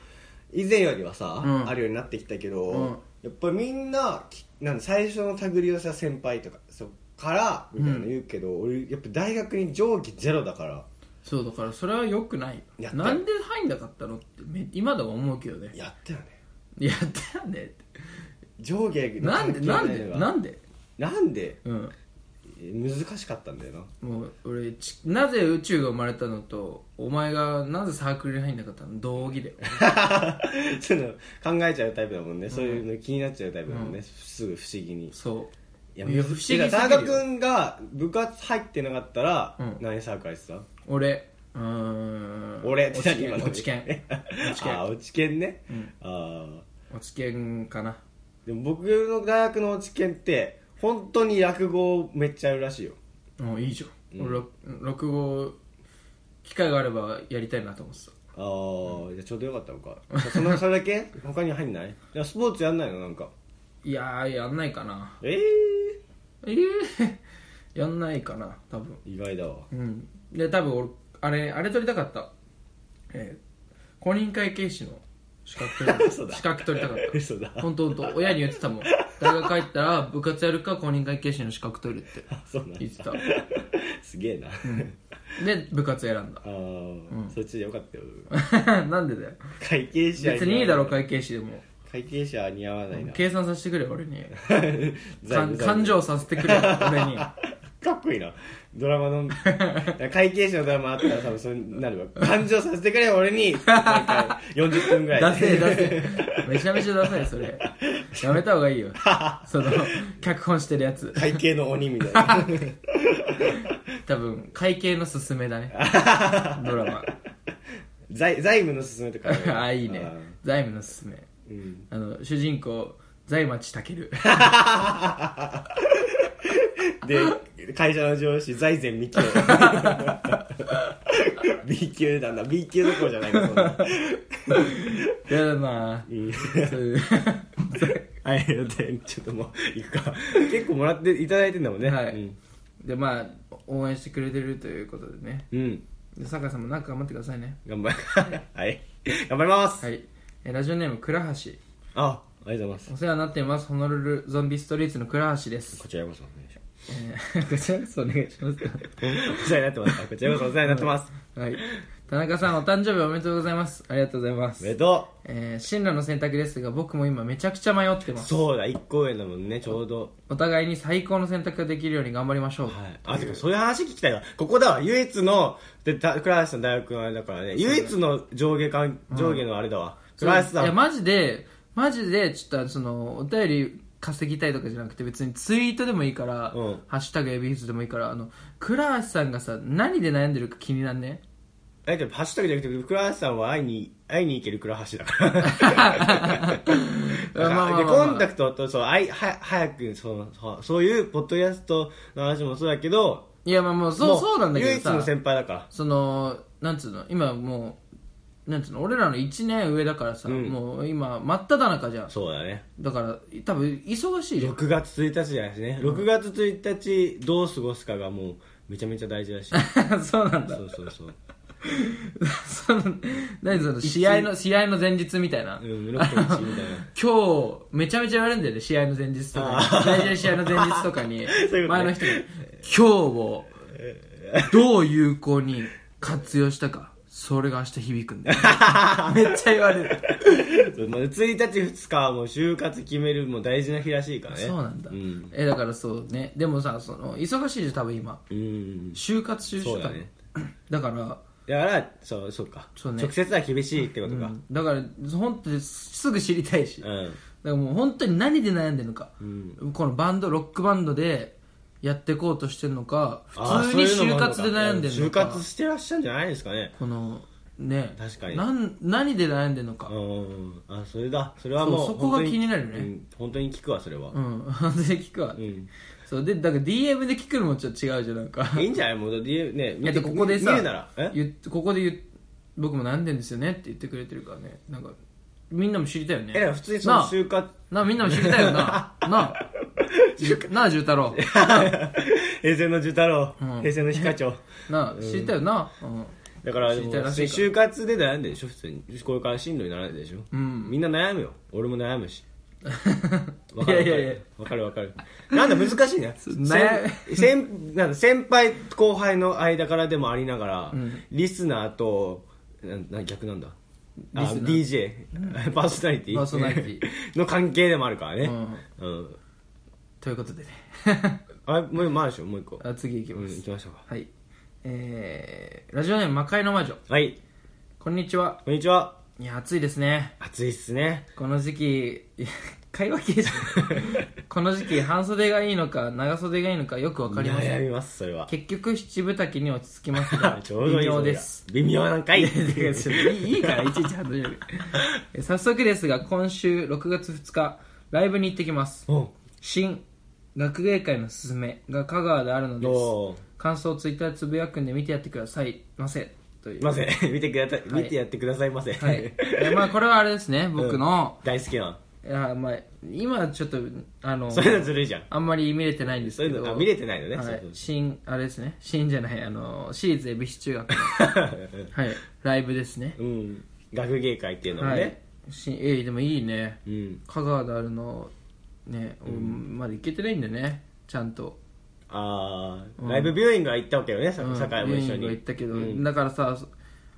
Speaker 1: 以前よりはさ、
Speaker 2: うん
Speaker 1: あるようになってきたけど、
Speaker 2: うん
Speaker 1: やっぱりみんなきなんだ最初の手繰りをさ先輩とかそっからみたいなの言うけど、俺やっぱ大学に上記ゼロだから
Speaker 2: そうだからそれはよくない
Speaker 1: やった
Speaker 2: なんで入んなかったのってめ今でも思うけどね
Speaker 1: やったよね
Speaker 2: やったよねって
Speaker 1: 上下の
Speaker 2: なん
Speaker 1: 関
Speaker 2: で
Speaker 1: 係
Speaker 2: なん
Speaker 1: い
Speaker 2: で
Speaker 1: のが
Speaker 2: なんで
Speaker 1: なんで
Speaker 2: うん
Speaker 1: え難しかったんだよな
Speaker 2: もう俺ちなぜ宇宙が生まれたのとお前がなぜサークルに入んなかったの同義だよ
Speaker 1: その考えちゃうタイプだもんね、そういうの気になっちゃうタイプだもんね、すぐ不思議に
Speaker 2: そう
Speaker 1: い
Speaker 2: い
Speaker 1: や、不
Speaker 2: や
Speaker 1: 思
Speaker 2: 不思
Speaker 1: 議
Speaker 2: 議
Speaker 1: す
Speaker 2: す
Speaker 1: ぎる
Speaker 2: ぎる
Speaker 1: よ田中君が部活入ってなかったら、
Speaker 2: うん
Speaker 1: 何サークル入ってた
Speaker 2: 俺うーん
Speaker 1: 俺
Speaker 2: 落ち券
Speaker 1: 今の
Speaker 2: 落 ち券落ち
Speaker 1: あ
Speaker 2: 券
Speaker 1: ー落ち研ね、
Speaker 2: うん
Speaker 1: あ
Speaker 2: 落ち券かな
Speaker 1: ーでも僕の大学の落ち研って本当に落語めっちゃあるらしいよ
Speaker 2: もういいじゃん、俺ろ落語機会があればやりたいなと思ってた
Speaker 1: ああ、じゃあちょうどよかったのかじゃあそのそれだけ 他に入んないじゃあスポーツやんないのなんか
Speaker 2: いやーやんないかな
Speaker 1: ええ
Speaker 2: ええ やんないかな多分
Speaker 1: 意外だわ
Speaker 2: うんで多分俺あれあれ取りたかったえー公認会計士の資格取りたか
Speaker 1: 嘘
Speaker 2: っ
Speaker 1: だ
Speaker 2: た資格取りたかった
Speaker 1: 嘘だ
Speaker 2: 本当本当親に言ってたもん大学帰ったら部活やるか公認会計士の資格取るって
Speaker 1: あそうなんだ
Speaker 2: 言ってた
Speaker 1: すげえな、
Speaker 2: で部活選ん
Speaker 1: ああ、そっちでよかったよ
Speaker 2: だ なんでだよ
Speaker 1: 会計士は
Speaker 2: 別にいいだろ
Speaker 1: 会
Speaker 2: 会計士でも
Speaker 1: 会計士は似合わないな
Speaker 2: 計算させてくれ俺に
Speaker 1: 財
Speaker 2: 感
Speaker 1: 務
Speaker 2: 感情させてくれ俺 に
Speaker 1: かっこいいなドラマの 会計士のドラマあったら多分そうなるわ感情させてくれよ俺に毎回40分ぐらい
Speaker 2: 出せ出せめちゃめちゃ出せそれやめた方が いいよその脚本してるやつ
Speaker 1: 会計の鬼みたい な
Speaker 2: 多分会計のすすめだ ねドラマ
Speaker 1: 財財務の勧めとか
Speaker 2: ああいいね
Speaker 1: あ
Speaker 2: 財務のすすめ
Speaker 1: ーうん
Speaker 2: あの主人公財町たけ る
Speaker 1: で会社の上司財前美 京 B 級だな B 級どころじゃないなそんな
Speaker 2: やだな
Speaker 1: うん
Speaker 2: そういう
Speaker 1: はい、でちょっともう、行くか。結構もらっていただいてんだもんね。
Speaker 2: はい
Speaker 1: うん。
Speaker 2: でまあ応援してくれてるということでね
Speaker 1: うん。
Speaker 2: で酒井さんもなんか頑張ってくださいね
Speaker 1: 頑張る。 はい。頑張ります。
Speaker 2: はいえラジオネーム倉橋
Speaker 1: あ、ありがとうございま。
Speaker 2: お世話になっていますホノルルゾンビストリートの倉橋ですす
Speaker 1: こちらこそお願いしま
Speaker 2: えー こちらこそお願いします
Speaker 1: す。お 世話になってます。こちらこそお世話になってます。
Speaker 2: はい田中さんお誕生日おめでとうございますありがとうございま
Speaker 1: おめですと
Speaker 2: えー進路の選択ですが僕も今めちゃくちゃ迷ってま
Speaker 1: う。
Speaker 2: す
Speaker 1: そうだ、一個上だもんね、ちょうど。
Speaker 2: お互いに最高の選択ができるように頑張りましょう、
Speaker 1: はい。あ、でもそういう話聞きたいわ。ここだわ。唯一の、で、た倉橋さん大学のあれだからね、唯一の上下関、上下のあれだわ。倉橋
Speaker 2: い
Speaker 1: さ
Speaker 2: や
Speaker 1: ん。
Speaker 2: マジでマジでちょっとそのお便り稼ぎたいとかじゃなくて別にツイートでもいいから「
Speaker 1: うん
Speaker 2: ハッシュタグエビフィズ」でもいいからあの倉橋さんがさ何で悩んでるか気になんね
Speaker 1: えでもハッシュタグじゃなくて倉橋さんは会いに会いに行ける倉橋だ から
Speaker 2: まあまあまあまあ
Speaker 1: でコンタクトとそうあいは早くそのそうそういうポッドキャストの話もそうだけど
Speaker 2: いやまあもうそ
Speaker 1: も
Speaker 2: うそうなんだけど
Speaker 1: 唯一の
Speaker 2: さ
Speaker 1: 先輩だから
Speaker 2: そのなんつうの今もうなんつうの俺らの1年上だからさ、
Speaker 1: うん
Speaker 2: もう今真っ只中じゃん
Speaker 1: そうだね
Speaker 2: だから多分忙しいじゃん
Speaker 1: 6月1日じゃないしね6月1日どう過ごすかがもうめちゃめちゃ大事 だし
Speaker 2: そうなんだ
Speaker 1: そうそうそう、
Speaker 2: その何その試合の試合の前日みたいな、
Speaker 1: うん、6.1みたいな
Speaker 2: 今日めちゃめちゃ言われるんだよね試合の前日とかに大事な試合の前日とかに
Speaker 1: そういうことね
Speaker 2: 前の人に今日をどう有効に活用したかそれが明日響く んだよめっちゃ言われる
Speaker 1: そうまあ、1日2日はもう就活決めるもう大事な日らしいからね
Speaker 2: そうなんだ、
Speaker 1: うん、
Speaker 2: えだからそうねでもさその忙しいじゃん多分今
Speaker 1: うん、
Speaker 2: 就活中
Speaker 1: そう
Speaker 2: だ
Speaker 1: だね
Speaker 2: だから
Speaker 1: だからそうそうか
Speaker 2: そうね
Speaker 1: 直接は厳しいってことか
Speaker 2: うんだから本当にすぐ知りたいし、
Speaker 1: う
Speaker 2: だか
Speaker 1: ん、
Speaker 2: らもう本当に何で悩んでるのか、
Speaker 1: うん
Speaker 2: このバンドロックバンドでやっていこうとしてるのか
Speaker 1: あー
Speaker 2: 普通に
Speaker 1: そういう
Speaker 2: 就
Speaker 1: のもあるのか
Speaker 2: 活で悩んでるのか
Speaker 1: 就活してらっしゃるんじゃないですかね
Speaker 2: このね
Speaker 1: 確かに
Speaker 2: なん何で悩んでるのか
Speaker 1: うんあそれだそれはもう
Speaker 2: そうそこ
Speaker 1: 本
Speaker 2: が
Speaker 1: 当に
Speaker 2: 気になるね
Speaker 1: うん本当に聞くわそれは、
Speaker 2: うん 本当に聞くわ、
Speaker 1: うん
Speaker 2: そうでだから DM で聞くのもちょっと違うじゃんなんか
Speaker 1: いいんじゃないもう DM ね見
Speaker 2: え
Speaker 1: て
Speaker 2: っとここでさ
Speaker 1: 見るならえ
Speaker 2: 言ってここで言う僕も悩んでんですよねって言ってくれてるからねなんかみんなも知りたいよね
Speaker 1: えだから普通にその
Speaker 2: なあ
Speaker 1: 就活
Speaker 2: なあみんなも知りたいよななあじゅなあ重 太郎
Speaker 1: 平成の寿太郎、
Speaker 2: うん
Speaker 1: 平成の皮課長
Speaker 2: なあ知りたいよな、うん
Speaker 1: だから
Speaker 2: 知
Speaker 1: で
Speaker 2: り
Speaker 1: も
Speaker 2: たいら
Speaker 1: 普通
Speaker 2: しい
Speaker 1: に
Speaker 2: か
Speaker 1: 就
Speaker 2: ら
Speaker 1: 活で悩んでるでしょ普通にこれから進路にならないでしょ、
Speaker 2: うん
Speaker 1: みんな悩むよ俺も悩むし わ
Speaker 2: いやいやいや
Speaker 1: わかるわかるなんだ難しい ね
Speaker 2: 悩
Speaker 1: 先先なんだ先輩後輩の間からでもありながら、
Speaker 2: ん
Speaker 1: リスナーとなな逆なんだあ
Speaker 2: リスナー
Speaker 1: DJ パーソナリティ
Speaker 2: パーソナリテ ィ
Speaker 1: の関係でもあるからねうん、
Speaker 2: ということでね
Speaker 1: あれもうまあでしょもう一個
Speaker 2: あ次いき
Speaker 1: うん
Speaker 2: ます、
Speaker 1: 行きましょうか
Speaker 2: はいえー、ラジオネーム魔界の魔女
Speaker 1: はい
Speaker 2: こんにちは
Speaker 1: こんにちはい
Speaker 2: や暑いですね
Speaker 1: 暑いっすね
Speaker 2: この時期 いや会話形式 この時期半袖がいいのか長袖がいいのかよくわかりません
Speaker 1: 悩みますそれは
Speaker 2: 結局七分丈に落ち着きますが
Speaker 1: ちょうどいいそ
Speaker 2: 微
Speaker 1: れが
Speaker 2: 妙です
Speaker 1: 微妙なんか
Speaker 2: い
Speaker 1: い
Speaker 2: やだから いいいいからいちいち外れるえ早速ですが今週6月2日ライブに行ってきます
Speaker 1: おう
Speaker 2: 新学芸会のすすめが香川であるのです
Speaker 1: ど
Speaker 2: 感想をツイッターでつぶやくんで見てやってくださいませという
Speaker 1: ませ見てください、
Speaker 2: はい
Speaker 1: 見てやってくださいませ、
Speaker 2: はいえまあこれはあれですね僕の、
Speaker 1: 大好きない
Speaker 2: やまあ、今はちょっとあの
Speaker 1: そういうのずるいじゃん
Speaker 2: あんまり見れてないんです
Speaker 1: そう
Speaker 2: け
Speaker 1: い
Speaker 2: ど
Speaker 1: うのあ見れてないのね、
Speaker 2: は
Speaker 1: そう
Speaker 2: い
Speaker 1: そう、そ
Speaker 2: 新あれですね新じゃないあの私立恵比寿中学の、
Speaker 1: う
Speaker 2: はい、ライブですね
Speaker 1: うん学芸会っていうのも
Speaker 2: は
Speaker 1: ね、
Speaker 2: い新えーでもいいね
Speaker 1: うん
Speaker 2: 香川であるのね、うんまだ行けてないんでねちゃんと
Speaker 1: ああ、ライブビューイングは行ったわけよね、さ
Speaker 2: うん
Speaker 1: 酒井も一緒
Speaker 2: ユニ
Speaker 1: に
Speaker 2: が行ったけど、
Speaker 1: うん
Speaker 2: だからさ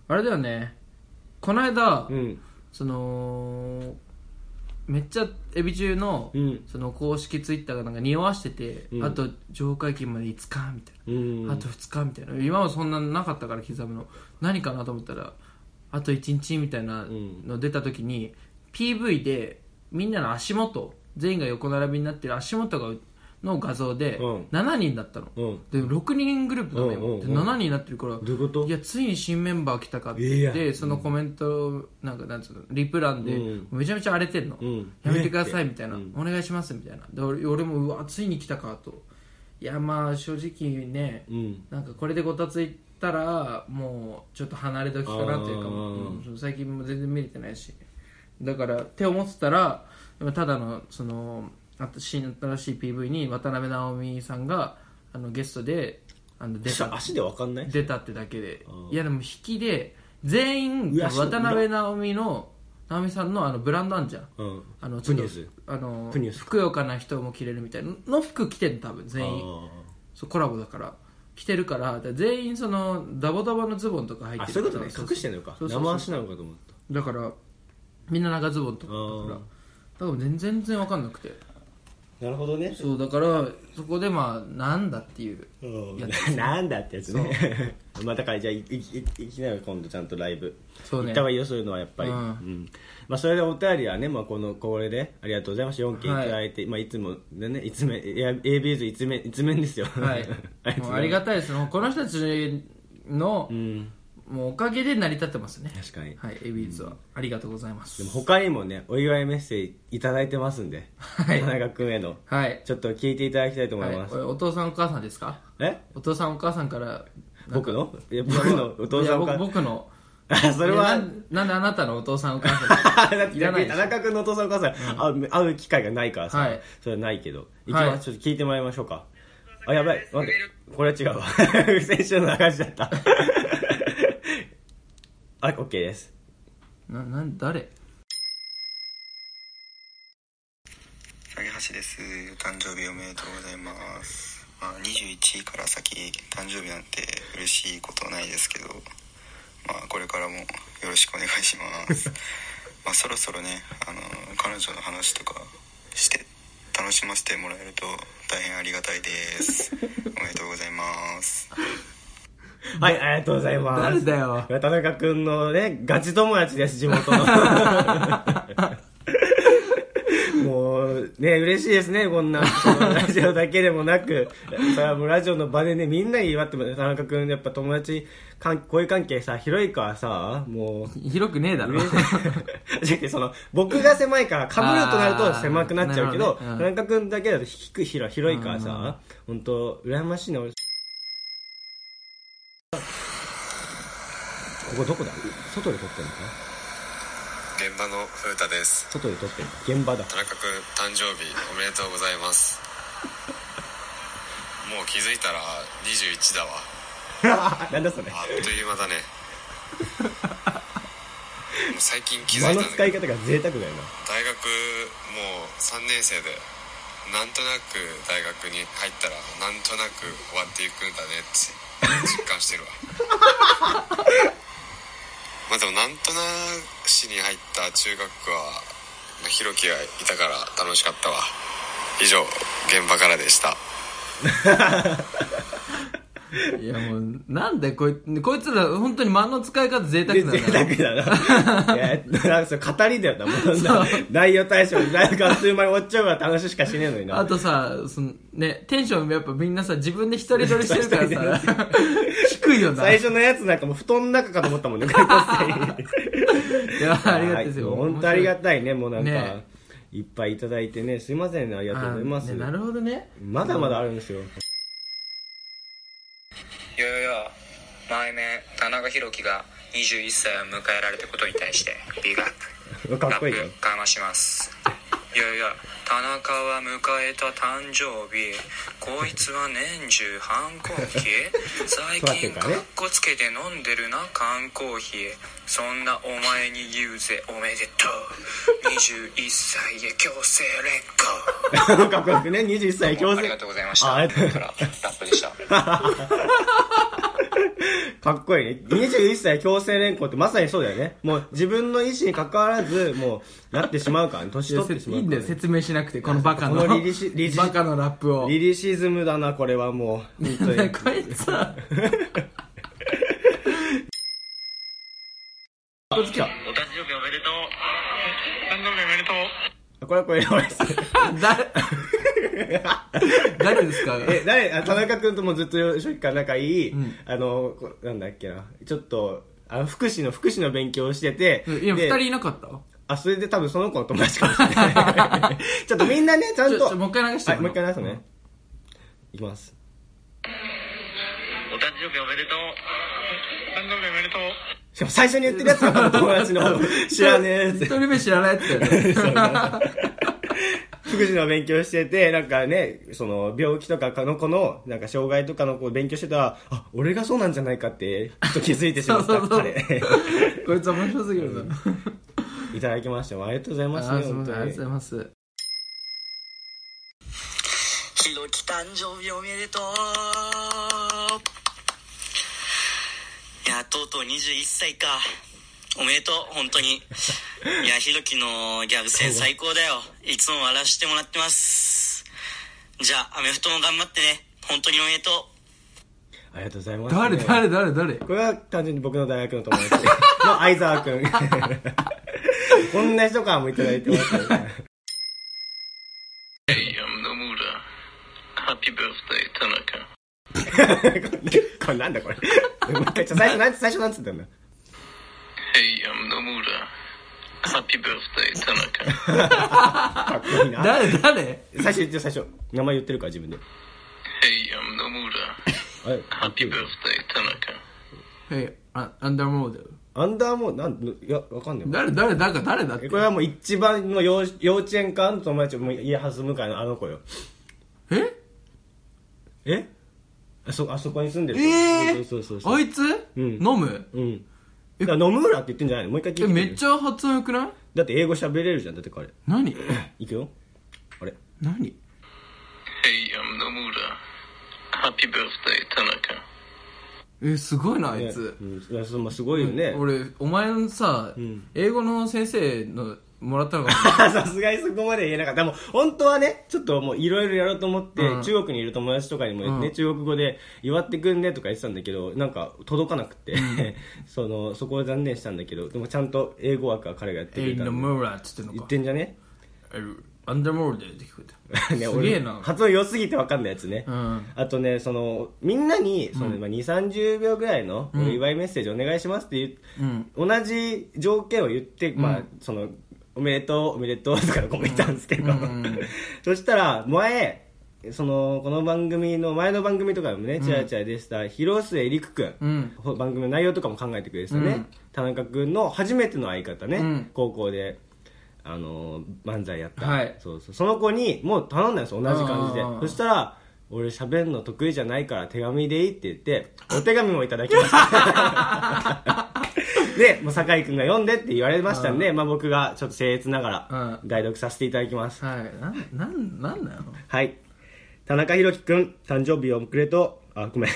Speaker 2: あれだよねこの間、
Speaker 1: うん
Speaker 2: そのめっちゃエビ中の,、
Speaker 1: うん
Speaker 2: その公式ツイッターがなんか匂わしてて、
Speaker 1: うん
Speaker 2: あと上会期まで5日みたいな、
Speaker 1: うん
Speaker 2: あと2日みたいな今はそんななかったから刻むの何かなと思ったらあと1日みたいなの出た時に、PV でみんなの足元全員が横並びになってる足元がの画像で
Speaker 1: うん
Speaker 2: 7人だったの、
Speaker 1: うん
Speaker 2: で6人グループなのよ、
Speaker 1: うんうんうん
Speaker 2: で7人になってるから
Speaker 1: どういうこと
Speaker 2: いやついに新メンバー来たかって言って、
Speaker 1: いや
Speaker 2: そのコメントなんかなんつうのリプランで、
Speaker 1: うん
Speaker 2: めちゃめちゃ荒れてんの、
Speaker 1: うん
Speaker 2: やめてくださいみたいな、
Speaker 1: うん
Speaker 2: お願いしますみたいなで俺俺もうわついに来たかといやまあ正直ね、
Speaker 1: うん
Speaker 2: なんかこれでごたついたらもうちょっと離れ時かなというか
Speaker 1: あー
Speaker 2: うん最近も全然見れてないしだからって思ってたらでもただのそのあと新新しい PV に渡辺直美さんがあのゲストであの出
Speaker 1: 足
Speaker 2: た
Speaker 1: 足でわかんない
Speaker 2: 出たってだけで
Speaker 1: あー
Speaker 2: いやでも引きで全員
Speaker 1: うわそう
Speaker 2: 渡辺直美の直美さんのあのブランドあんじゃん
Speaker 1: うん
Speaker 2: あの
Speaker 1: プニュース
Speaker 2: あの
Speaker 1: プニュース
Speaker 2: ふくよかな人も着れるみたいなの服着てんの多分
Speaker 1: あ
Speaker 2: 全員
Speaker 1: ー
Speaker 2: そうコラボだから着てるからだから全員そのダボダボのズボンとか入って
Speaker 1: あ
Speaker 2: る
Speaker 1: そういうことね
Speaker 2: そうそう
Speaker 1: 隠してんのか
Speaker 2: そうそうそう
Speaker 1: 生足なのかと思っ
Speaker 2: だからみんな長ズボンとかだ
Speaker 1: あ
Speaker 2: からだから全全然わかんなくて
Speaker 1: たなるほどね
Speaker 2: そうだからそこでまあなんだっていうや つ
Speaker 1: なんだってやつね まあだからじゃあいいいいきなり今度ちゃんとライブ
Speaker 2: そうね
Speaker 1: 行った方がいいよそういうのはやっぱり、
Speaker 2: う
Speaker 1: うんんまあ、それでお便りはね、まあ、このこれでありがとうございます4件いただいて、いまあ、いつもねねいつめ ABS 一面一面ですよ
Speaker 2: はい
Speaker 1: ありがとうございます
Speaker 2: もうありがたいですもうこの人たちの
Speaker 1: うん
Speaker 2: もうおかげで成り立ってますね
Speaker 1: 確かに
Speaker 2: はいエビーズはありがとうございます
Speaker 1: でも他にもねお祝いメッセージいただいてますんで、
Speaker 2: はい
Speaker 1: 田中君への
Speaker 2: はい
Speaker 1: ちょっと聞いていただきたいと思
Speaker 2: はいい
Speaker 1: ます、
Speaker 2: これお父さんお母さんですか
Speaker 1: え
Speaker 2: お父さんお母さんからなんか
Speaker 1: 僕のいや僕のお父さんお母
Speaker 2: いや
Speaker 1: さん
Speaker 2: 僕僕の
Speaker 1: あそれは
Speaker 2: えななんであなたのお父さんお母さん
Speaker 1: だって
Speaker 2: いらないで
Speaker 1: 田
Speaker 2: しょ
Speaker 1: 中君のお父さんお母さん、会う会う機会がないからさ、
Speaker 2: はい
Speaker 1: それはないけど行き
Speaker 2: はい
Speaker 1: ます、ちょっと聞いてもらいましょうかあやばい待ってこれは違う わ先週の話だったあ OK です
Speaker 2: ななん誰
Speaker 5: 影橋です誕生日おめでとうございます、まあ、21位から先誕生日なんて嬉しいことないですけど、まあ、これからもよろしくお願いしますまあそろそろねあの彼女の話とかして楽しませてもらえると大変ありがたいですおめでとうございます
Speaker 1: はいありがとうございます
Speaker 2: 誰だよ
Speaker 1: 田中君のねガチ友達です地元のもうね嬉しいですねこんなそのラジオだけでもなくさあもうラジオの場でねみんなに祝ってもらう田中君やっぱ友達関恋関係さ広いからさもう
Speaker 2: 広くねえだろ
Speaker 1: 嬉しいじゃあその僕が狭いから被るとなると狭くなっちゃうけど
Speaker 2: あーなる
Speaker 1: 田
Speaker 2: ほどね
Speaker 1: 中君だけだと低く広い広いからさ本当羨ましいな俺ここどこだ外で撮ってるのかな
Speaker 6: 現場の風太です
Speaker 1: 外で撮ってる現場だ
Speaker 6: 田中君誕生日おめでとうございますもう気づいたら21だわ
Speaker 1: なんだそれ
Speaker 6: あっという間だねもう最近気づ
Speaker 1: 間
Speaker 6: いた
Speaker 1: の
Speaker 6: んだ
Speaker 1: 使
Speaker 6: け
Speaker 1: い
Speaker 6: ど
Speaker 1: 方が贅沢だよ
Speaker 6: 大学もう3年生でなんとなく大学に入ったらなんとなく終わっていくんだねって実感してるわ まあでもなんとなしに入った中学はまあひろきがいたから楽しかったわ以上現場からでした
Speaker 2: いやもうなんでこいこいつら本当に間の使い方贅沢なん
Speaker 1: な
Speaker 2: だ
Speaker 1: 贅
Speaker 2: な
Speaker 1: 沢だないやなんかそれ語りだよなもうそんな内容対象なんかあっという間に終わっちゃうから楽しいしかしねえのにな
Speaker 2: あとさその、ね、テンションやっぱみんなさ自分で一人撮りしてるか らさ低いよな
Speaker 1: 最初のやつなんかもう布団の中かと思ったもんね、高校生
Speaker 2: いやありがたいですよ
Speaker 1: は本当ありがたいね、もうなんか、
Speaker 2: ね
Speaker 1: いっぱいいただいてね、すいませんね、ありがとうございます。
Speaker 2: あねなるほどね
Speaker 1: まだまだあるんですよ。
Speaker 7: よよよ毎年田中宏樹が21歳を迎えられたことに対してビッグアッ
Speaker 1: か
Speaker 7: プ
Speaker 1: っこいいよ
Speaker 7: ラッ。プかましますよよよ田中は迎えた誕生日こいつは年中反抗期最
Speaker 1: 待って
Speaker 7: 近
Speaker 1: るか
Speaker 7: から
Speaker 1: ね
Speaker 7: っこつけて飲んでるな缶コーヒーそんなお前に言うぜおめでとう21歳へ強制連行
Speaker 1: かっこよくね、21歳強
Speaker 7: あり
Speaker 1: 制
Speaker 7: が。とうございまし
Speaker 1: あ
Speaker 7: た
Speaker 1: あ
Speaker 7: ラ
Speaker 1: りがとう
Speaker 7: ップでした
Speaker 1: かっこいいね。21歳強制連行ってまさにそうだよね。もう自分の意思に関わらず、もうなってしまうからね、年
Speaker 2: いや
Speaker 1: 取って
Speaker 2: せ
Speaker 1: しま
Speaker 2: いういん
Speaker 1: から
Speaker 2: だよ
Speaker 1: ね、
Speaker 2: 説明しなくてこのバカの
Speaker 1: このリリシリリシ
Speaker 2: バカのラップを
Speaker 1: リリシズムだな、これはもう。本当に
Speaker 2: こい つさ
Speaker 1: こっち来た
Speaker 8: お誕生日おめでとう誕生日おめでとう
Speaker 1: これはこれ、俺です。
Speaker 2: 誰誰ですか
Speaker 1: え、誰あ田中君ともずっと初期から仲いい、あの、こなんだっけな、ちょっと、あの、福祉の、福祉の勉強をしてて、
Speaker 2: いや
Speaker 1: で
Speaker 2: 二人いなかった
Speaker 1: あ、それで多分その子の友達かもしれ ない。ちょっとみんなね、ちゃん
Speaker 2: ちょち
Speaker 1: と、
Speaker 2: ょもう一回流して
Speaker 1: はい、もう一回
Speaker 2: 流
Speaker 1: 流すね。いきます。
Speaker 8: お誕生日おめでとう誕生日おめでとう
Speaker 1: しかも最初に言ってるやつが友達の知らねえや
Speaker 2: 一
Speaker 1: つ。
Speaker 2: 人目知らないやつだよ ね
Speaker 1: 福祉の勉強してて、なんかね、その、病気とかの子の、なんか障害とかの子を勉強してたら、あ、俺がそうなんじゃないかって、ちょっと気づいてしまっ
Speaker 2: そ
Speaker 1: た、
Speaker 2: うそうそう
Speaker 1: 彼。
Speaker 2: こいつ面白すぎるな
Speaker 1: いただきましてありがとうござい
Speaker 2: あ
Speaker 1: ます、
Speaker 2: ー
Speaker 1: ね、
Speaker 2: すいま
Speaker 1: 本
Speaker 2: せんあ
Speaker 1: 当
Speaker 2: りがとう
Speaker 1: に
Speaker 2: ございます
Speaker 9: ひろき誕生日おめでとういやとうとう21歳かおめでとう本当にいやひろきのギャグ戦最高だよいつも笑わせてもらってますじゃあアメフトも頑張ってね本当におめでとう
Speaker 1: ありがとうございます、
Speaker 2: 誰誰誰誰
Speaker 1: これは単純に僕の大学の友 達の相沢くんこんな人からもいただいてますよね
Speaker 8: Hey, I'm Nomura. Happy birthday, Tanaka.
Speaker 1: これなんだこれもう一回、ちょ最初、なんつ、最初なんつったんだ
Speaker 8: Hey, I'm Nomura. Happy birthday, Tanaka.
Speaker 1: かっこいいな。
Speaker 2: 誰誰
Speaker 1: 最初言ってよ、最初。名前言ってるから、自分で。
Speaker 8: Hey, I'm Nomura.
Speaker 1: あれ
Speaker 8: Happy birthday, Tanaka.
Speaker 2: はい、あアンダーモード。
Speaker 1: アンダーも、なん、いや、わかんない。
Speaker 2: 誰誰なんか誰だって
Speaker 1: えこ。れはもう一番の幼幼稚園からの友達もう家はず向かいのあの子よ
Speaker 2: え
Speaker 1: えあそあそこに住んでる
Speaker 2: ええ
Speaker 1: そうそうそうそう
Speaker 2: あいつ
Speaker 1: ん
Speaker 2: 飲む
Speaker 1: うんだから野村って言ってんじゃないのもう一回聞いて
Speaker 2: え、
Speaker 1: みる
Speaker 2: めっちゃ発音良くない
Speaker 1: だって英語喋れるじゃんだって彼
Speaker 2: 何
Speaker 1: いくよあれ
Speaker 2: 何
Speaker 8: Hey, I'm Nomura. Happy birthday, Tanaka.
Speaker 2: え、すごいな、あいつ。
Speaker 1: うんいやそうまあすごいよね
Speaker 2: 俺、お前のさ、英語の先生のもらった のかもしれない
Speaker 1: さすがにそこまでは言えなかった。でも、本当はね、ちょっともういろいろやろうと思って、
Speaker 2: うん
Speaker 1: 中国にいる友達とかにもね、
Speaker 2: うん
Speaker 1: 中国語で祝ってくんねとか言ってたんだけど、なんか届かなくて、 その、そこを残念したんだけど、でもちゃんと英語枠は彼がやってく
Speaker 2: え、
Speaker 1: れた
Speaker 2: ノ
Speaker 1: んで。
Speaker 2: ムラって言ってん
Speaker 1: 言
Speaker 2: の
Speaker 1: っ
Speaker 2: か
Speaker 1: て。んじゃね
Speaker 2: えアンダーモードって聞こえた。
Speaker 1: ね
Speaker 2: すげえな
Speaker 1: 俺。発音良すぎてわかんないやつね。
Speaker 2: うん
Speaker 1: あとね、その、みんなに、その、まあ2、30秒ぐらいのお祝いメッセージお願いしますっていう、
Speaker 2: うん
Speaker 1: 同じ条件を言って、まあ、
Speaker 2: うん
Speaker 1: その、おめでとう、おめでとうとかコメントたんですけど、
Speaker 2: うんうんうん
Speaker 1: そしたら、前、その、この番組の、前の番組とかでもね、チラチラでした、広末陸くん。
Speaker 2: うん
Speaker 1: 番組の内容とかも考えてくれてたね、
Speaker 2: うん
Speaker 1: 田中くんの初めての相方ね、
Speaker 2: うん
Speaker 1: 高校で。あの漫才やった、
Speaker 2: はい
Speaker 1: そうそうその子にもう頼んだんですよ同じ感じで
Speaker 2: あー
Speaker 1: そしたら俺喋るの得意じゃないから手紙でいいって言ってお手紙もいただきました でもう酒井君が読んでって言われましたんでまあ、僕がちょっと僭越ながら
Speaker 2: う
Speaker 1: 代読させていただきます
Speaker 2: はい、なん、なん、なんなの
Speaker 1: はい田中宏樹君誕生日おめでとうあご めん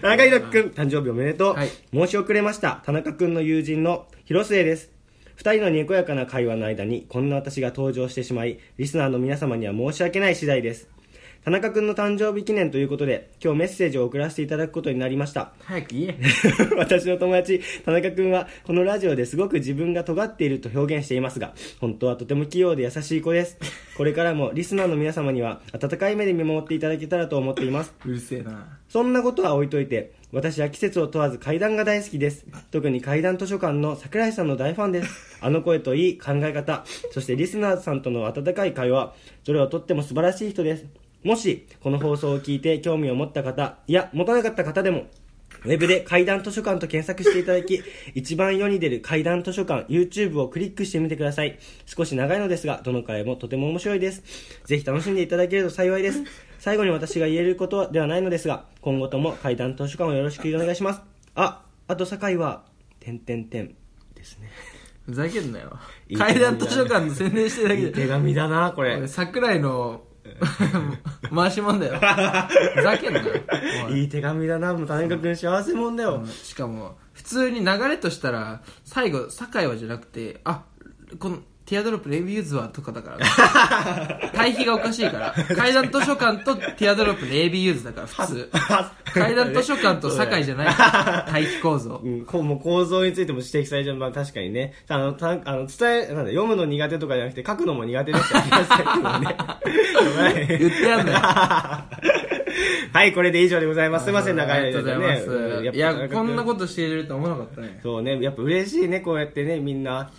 Speaker 1: 田中宏樹君誕生日おめでとう、
Speaker 2: はい
Speaker 1: 申し遅れました田中君の友人の広末です二人のにこやかな会話の間にこんな私が登場してしまいリスナーの皆様には申し訳ない次第です田中君の誕生日記念ということで今日メッセージを送らせていただくことになりました
Speaker 2: 早く言え。
Speaker 1: 私の友達、田中くんは、このラジオですごく自分が尖っていると表現していますが、本当はとても器用で優しい子です。これからもリスナーの皆様には、温かい目で見守っていただけたらと思っています。
Speaker 2: うるせえな。
Speaker 1: そんなことは置いといて、私は季節を問わず階段が大好きです。特に階段図書館の桜井さんの大ファンです。あの声といい考え方、そしてリスナーさんとの温かい会話、どれをとっても素晴らしい人です。もし、この放送を聞いて興味を持った方、いや、持たなかった方でも、ウェブで階段図書館と検索していただき、 一番世に出る階段図書館 YouTube をクリックしてみてください。少し長いのですが、どの回もとても面白いです。ぜひ楽しんでいただけると幸いです。最後に私が言えることではないのですが、今後とも階段図書館をよろしくお願いします。あ、あと酒井は、てんてんてんですね。
Speaker 2: ふざけんなよ
Speaker 1: い。い手紙
Speaker 2: 階
Speaker 1: だ
Speaker 2: 段図書館の宣伝してるだけで。
Speaker 1: 紙だな、こ
Speaker 2: 俺、。桜井の 回しもん だよ。ふざけんなよ。おい
Speaker 1: いい手紙だな、もう田中君幸せもんだよ。
Speaker 2: しかも、普通に流れとしたら、最後、酒井はじゃなくて、あ、この、ティアドロップレビューズはとか だから。対比がおかしいから。階段図書館とティアドロップレビューズだから、普通。階段図書館と酒井じゃないから、対比構造
Speaker 1: う。ん、こうもう構造についても指摘されちゃう、まあ、確かにねあのたあの伝えなんだ読むの苦手とかじゃなくて書くのも苦手ですから皆さんにもね
Speaker 2: 言ってやんなよ。
Speaker 1: はいこれで以上でございますすいません長
Speaker 2: あ
Speaker 1: い
Speaker 2: りが
Speaker 1: 間
Speaker 2: とう
Speaker 1: ね
Speaker 2: ございます。
Speaker 1: うん
Speaker 2: い
Speaker 1: やっぱ
Speaker 2: や、こんなことしてると思わなかったね。
Speaker 1: そうねやっぱ嬉しいねこうやってねみんな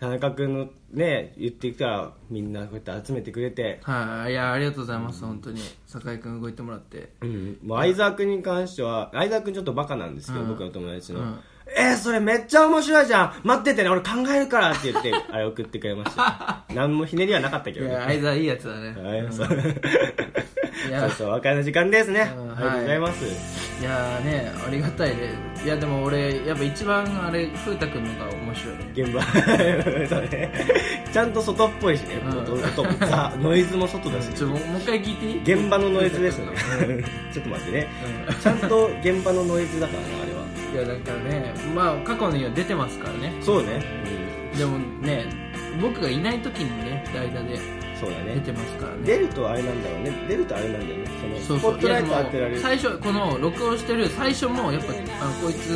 Speaker 1: 田中君のね言ってきたらみんなこうやって集めてくれて
Speaker 2: はい、いや、ありがとうございます、本当に。酒井くん動いてもらって。
Speaker 1: うん、もう相沢君に関しては相沢君ちょっとバカなんですけど、
Speaker 2: うん
Speaker 1: 僕の友達の、
Speaker 2: うん
Speaker 1: えー、それめっちゃ面白いじゃん待っててね俺考えるからって言って あれ送ってくれました何もひねりはなかったけ
Speaker 2: い
Speaker 1: どね
Speaker 2: や、
Speaker 1: はい
Speaker 2: 相沢いいやつだね。うん
Speaker 1: そう
Speaker 2: いや
Speaker 1: そうそうお別れの時間ですね、
Speaker 2: うん
Speaker 1: ありがとうございます、
Speaker 2: いやーね、ありがたいね。いや、でも俺、やっぱ一番あれ、風太くんのが面白いね。
Speaker 1: 現場 そうねちゃんと外っぽいしね、
Speaker 2: うん
Speaker 1: 音音もさノイズも外だし
Speaker 2: ちょ、もうもう一回聞いていい
Speaker 1: 現場のノイズですね ちょっと待ってね、
Speaker 2: うん
Speaker 1: ちゃんと現場のノイズだからねあれはい
Speaker 2: や、だからね、まあ、過去のように出てますからね。
Speaker 1: そうね、
Speaker 2: でもね、僕がいない時にね、代打で
Speaker 1: うん、そうだね
Speaker 2: 出てますからね。
Speaker 1: 出るとあれなんだろうね出るとあれなんだよねその
Speaker 2: そ
Speaker 1: スポ
Speaker 2: うそう
Speaker 1: ットライト
Speaker 2: いや
Speaker 1: 当
Speaker 2: でも
Speaker 1: てられる
Speaker 2: 最初この録音してる最初もやっぱあこいつ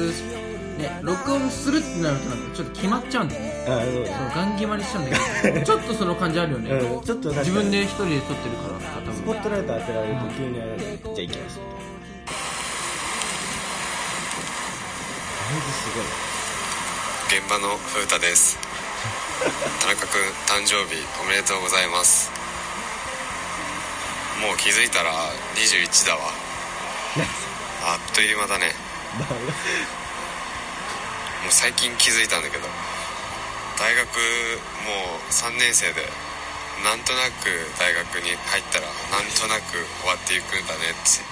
Speaker 2: ね録音するってなるとなんかちょっと決まっちゃうんだよね
Speaker 1: あそう
Speaker 2: そ
Speaker 1: だ
Speaker 2: のガン決まりしちゃうんだけ どちょっとその感じあるよね、
Speaker 1: うんちょっと確かに
Speaker 2: 自分で一人で撮ってるから
Speaker 1: スポ
Speaker 2: 多
Speaker 1: ットライト当てられると急にあれなんだよじゃあ行きます
Speaker 6: 現場の風太です田中君誕生日おめでとうございますもう気づいたら21だわあっという間だねもう最近気づいたんだけど大学もう3年生でなんとなく大学に入ったらなんとなく終わっていくんだねって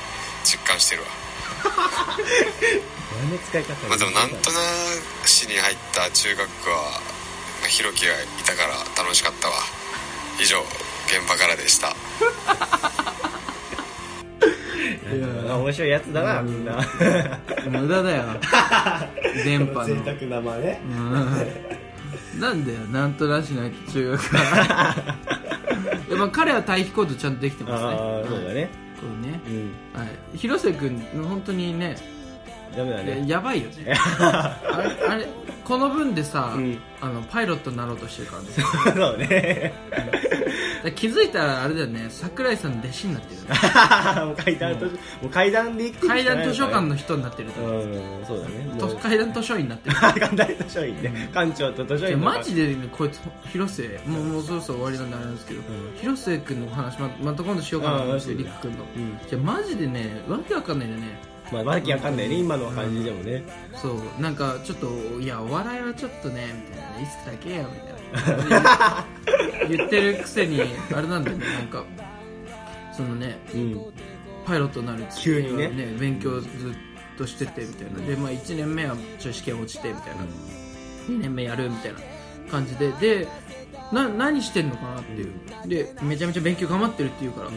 Speaker 6: 実感してるわ
Speaker 1: 前の使い方
Speaker 6: まあでもなんとなく市に入った中学校は、まあ、ひろきがいたから楽しかったわ以上現場からでした
Speaker 1: うん面白いやつだなみんな
Speaker 2: 無 駄だよ電波
Speaker 3: 贅
Speaker 2: の
Speaker 3: 沢なまあね
Speaker 2: うんなんだよなんとなしな中学は いやまあ彼は対比行動ちゃんとできてます
Speaker 1: あ
Speaker 2: ね
Speaker 1: あそうだね
Speaker 2: こうね
Speaker 1: う、ん
Speaker 2: はい、広瀬君本当にね
Speaker 1: ダメだ
Speaker 2: や
Speaker 1: ね
Speaker 2: やばいよ ねあれあれこの分でさ、
Speaker 1: うん
Speaker 2: あのパイロットになろうとしてるからね
Speaker 1: そうね
Speaker 2: だから気づいたらあれだよね桜井さんの弟子 になってるよね
Speaker 1: もう階段図書もう階段で行って
Speaker 2: 階段図書館
Speaker 1: の
Speaker 2: の人になってると思う
Speaker 1: うんそうだねも
Speaker 2: と
Speaker 1: う
Speaker 2: 階段図書院になってる
Speaker 1: 階段図書院ね館長と図書
Speaker 2: いや
Speaker 1: 院とか
Speaker 2: マジでねこいつ広瀬もうもうそろそろ終わりなんであれなんですけど、広瀬君のお話ままた今度しようかなと思うんですよ
Speaker 1: あー
Speaker 2: りく君の、
Speaker 1: うん
Speaker 2: じゃあマジでねわけわかんないよね
Speaker 1: まあわけわかんないね今の感じでもね
Speaker 2: そうなんかちょっといやお笑いはちょっとねみたいなリスクだけやみたいな言ってるくせにあれなんだよねなんかそのね
Speaker 1: うん
Speaker 2: パイロットになるって
Speaker 1: 急にね
Speaker 2: 勉強ずっとしててみたいなで、まあ、1年目はちょい試験落ちてみたいな2年目やるみたいな感じででな何してんのかなっていう、でめちゃめちゃ勉強頑張ってるって言うから、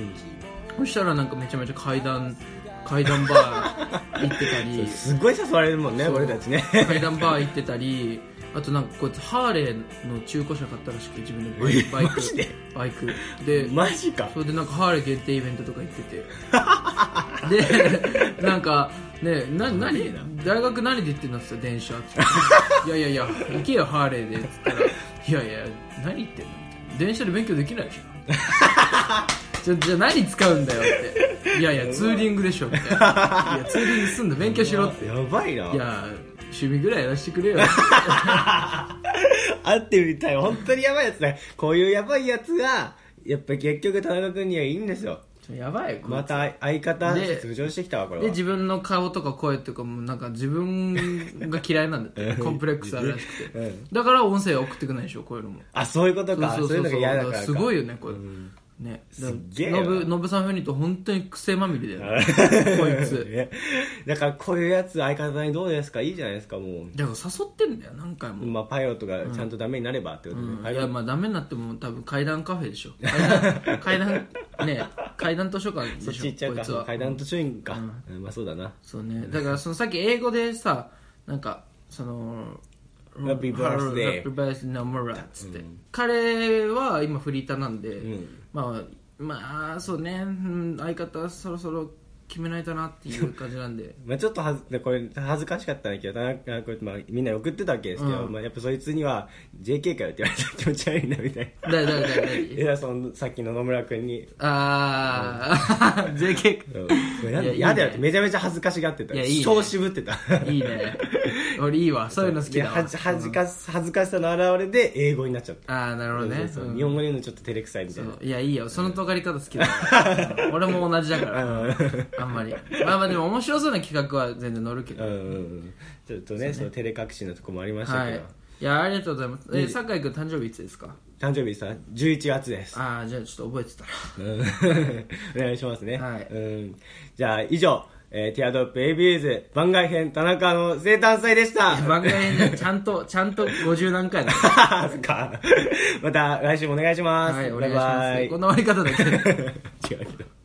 Speaker 2: そしたらなんかめちゃめちゃ階段階段バー行って たり
Speaker 1: すごい誘われるもんね
Speaker 2: そう
Speaker 1: 俺たちね
Speaker 2: 階段バー行ってたりあとなんかこいつハーレーの中古車買ったらしくて自分のバイクバイ ク
Speaker 1: マジで
Speaker 2: バイクで
Speaker 1: マジか
Speaker 2: それでなんかハーレー限定イベントとか行っててでなんかねな何大学何で行ってんだっつったら電車っつって「いやいやいや行けよハーレーで」っつったら「いやいや何言ってんの?」電車で勉強できないでしょ」じゃじゃあ何使うんだよって「いやいやツーリングでしょ」みたいな「いやツーリングすんだ勉強しろ」って「い
Speaker 1: やばいな
Speaker 2: や趣味ぐらいやらせてくれよ」
Speaker 1: 会ってみたい本当にやばいやつだこういうやばいやつがやっぱ結局田中君にはいいんですよ
Speaker 2: やばいよこいつ
Speaker 1: また相方
Speaker 2: で
Speaker 1: 浮上してきたわこれ
Speaker 2: で
Speaker 1: は
Speaker 2: 自分の顔とか声とかもなんか自分が嫌いなんだって コンプレックスあるらしくて、
Speaker 1: うん
Speaker 2: だから音声送ってくないでしょこういうのも
Speaker 1: あそういうことかそういうのが嫌だからか
Speaker 2: すごいよねこれ、ねだ
Speaker 1: すっげえな
Speaker 2: のぶのぶさん風に言うと本当に癖まみれだよ ねこいつ
Speaker 1: ねだからこういうやつ相方にどうですかいいじゃないですかも
Speaker 2: だから誘ってんだよ何回
Speaker 1: う、
Speaker 2: も、
Speaker 1: まあ、パイロットがちゃんとダメになればってことで、
Speaker 2: うん
Speaker 1: パイ
Speaker 2: い
Speaker 1: ロッ
Speaker 2: や
Speaker 1: ト
Speaker 2: まあダメになっても多分階段カフェでしょ階段階段ね階段図書館
Speaker 1: そ
Speaker 2: で
Speaker 1: っ
Speaker 2: し
Speaker 1: ち
Speaker 2: ょ
Speaker 1: 行っちゃう
Speaker 2: こいつは
Speaker 1: か階段と主員か、うんまあそうだな
Speaker 2: そうねだからそのさっき英語でさなんかその
Speaker 1: Happy birthday
Speaker 2: ハッピーバースデーナムラっつって、彼は今フリーターなんで、まあまあそうね、うん相方そろそろ決めないとなっていう感じな んで
Speaker 1: まあ、ちょっとはずでこれ恥ずかしかったんだけど田中君、まあ、みんなに送ってたわけですけど、まあ、やっぱそいつには JK かよって言われたら気持ち悪いなみたいな
Speaker 2: 誰誰誰
Speaker 1: いやそのさっきの野村君に
Speaker 2: ああ JK
Speaker 1: うん
Speaker 2: か
Speaker 1: これなんで
Speaker 2: いや
Speaker 1: 嫌
Speaker 2: いいね
Speaker 1: だよってめちゃめちゃ恥ずかしがってた
Speaker 2: いやいいね
Speaker 1: 超渋ってた
Speaker 2: い いね俺いいわそういうの好き
Speaker 1: で
Speaker 2: だわ
Speaker 1: 恥ず恥ずかし恥ずかしさの表れで英語になっちゃった
Speaker 2: ああなるほどね
Speaker 1: そうそう
Speaker 2: うん
Speaker 1: 日本語で言うのちょっと照れくさいみた
Speaker 2: そ
Speaker 1: いな
Speaker 2: ういやいいよその尖り方好きだか らうん俺も同じだからあんまりまあまあでも面白そうな企画は全然乗るけ
Speaker 1: う
Speaker 2: ど
Speaker 1: んうんうんちょっとねその照れ隠しのとこもありました
Speaker 2: は
Speaker 1: けど、
Speaker 2: いいやありがとうございますえ酒井君誕生日いつですか
Speaker 1: 誕生日さ11月です
Speaker 2: ああじゃあちょっと覚えてた
Speaker 1: う
Speaker 2: ら
Speaker 1: んお願いしますね、
Speaker 2: はい
Speaker 1: うん、じゃあ以上、えーティアドロップ ABA ズ番外編田中の生誕祭でした
Speaker 2: 番外編でちゃんとちゃんと50何回だ
Speaker 1: そっかまた来週もお願いします、
Speaker 2: はい お
Speaker 1: バ
Speaker 2: 願
Speaker 1: イ
Speaker 2: いしま
Speaker 1: バイ
Speaker 2: すこんな終わり方だけど
Speaker 1: 違うけど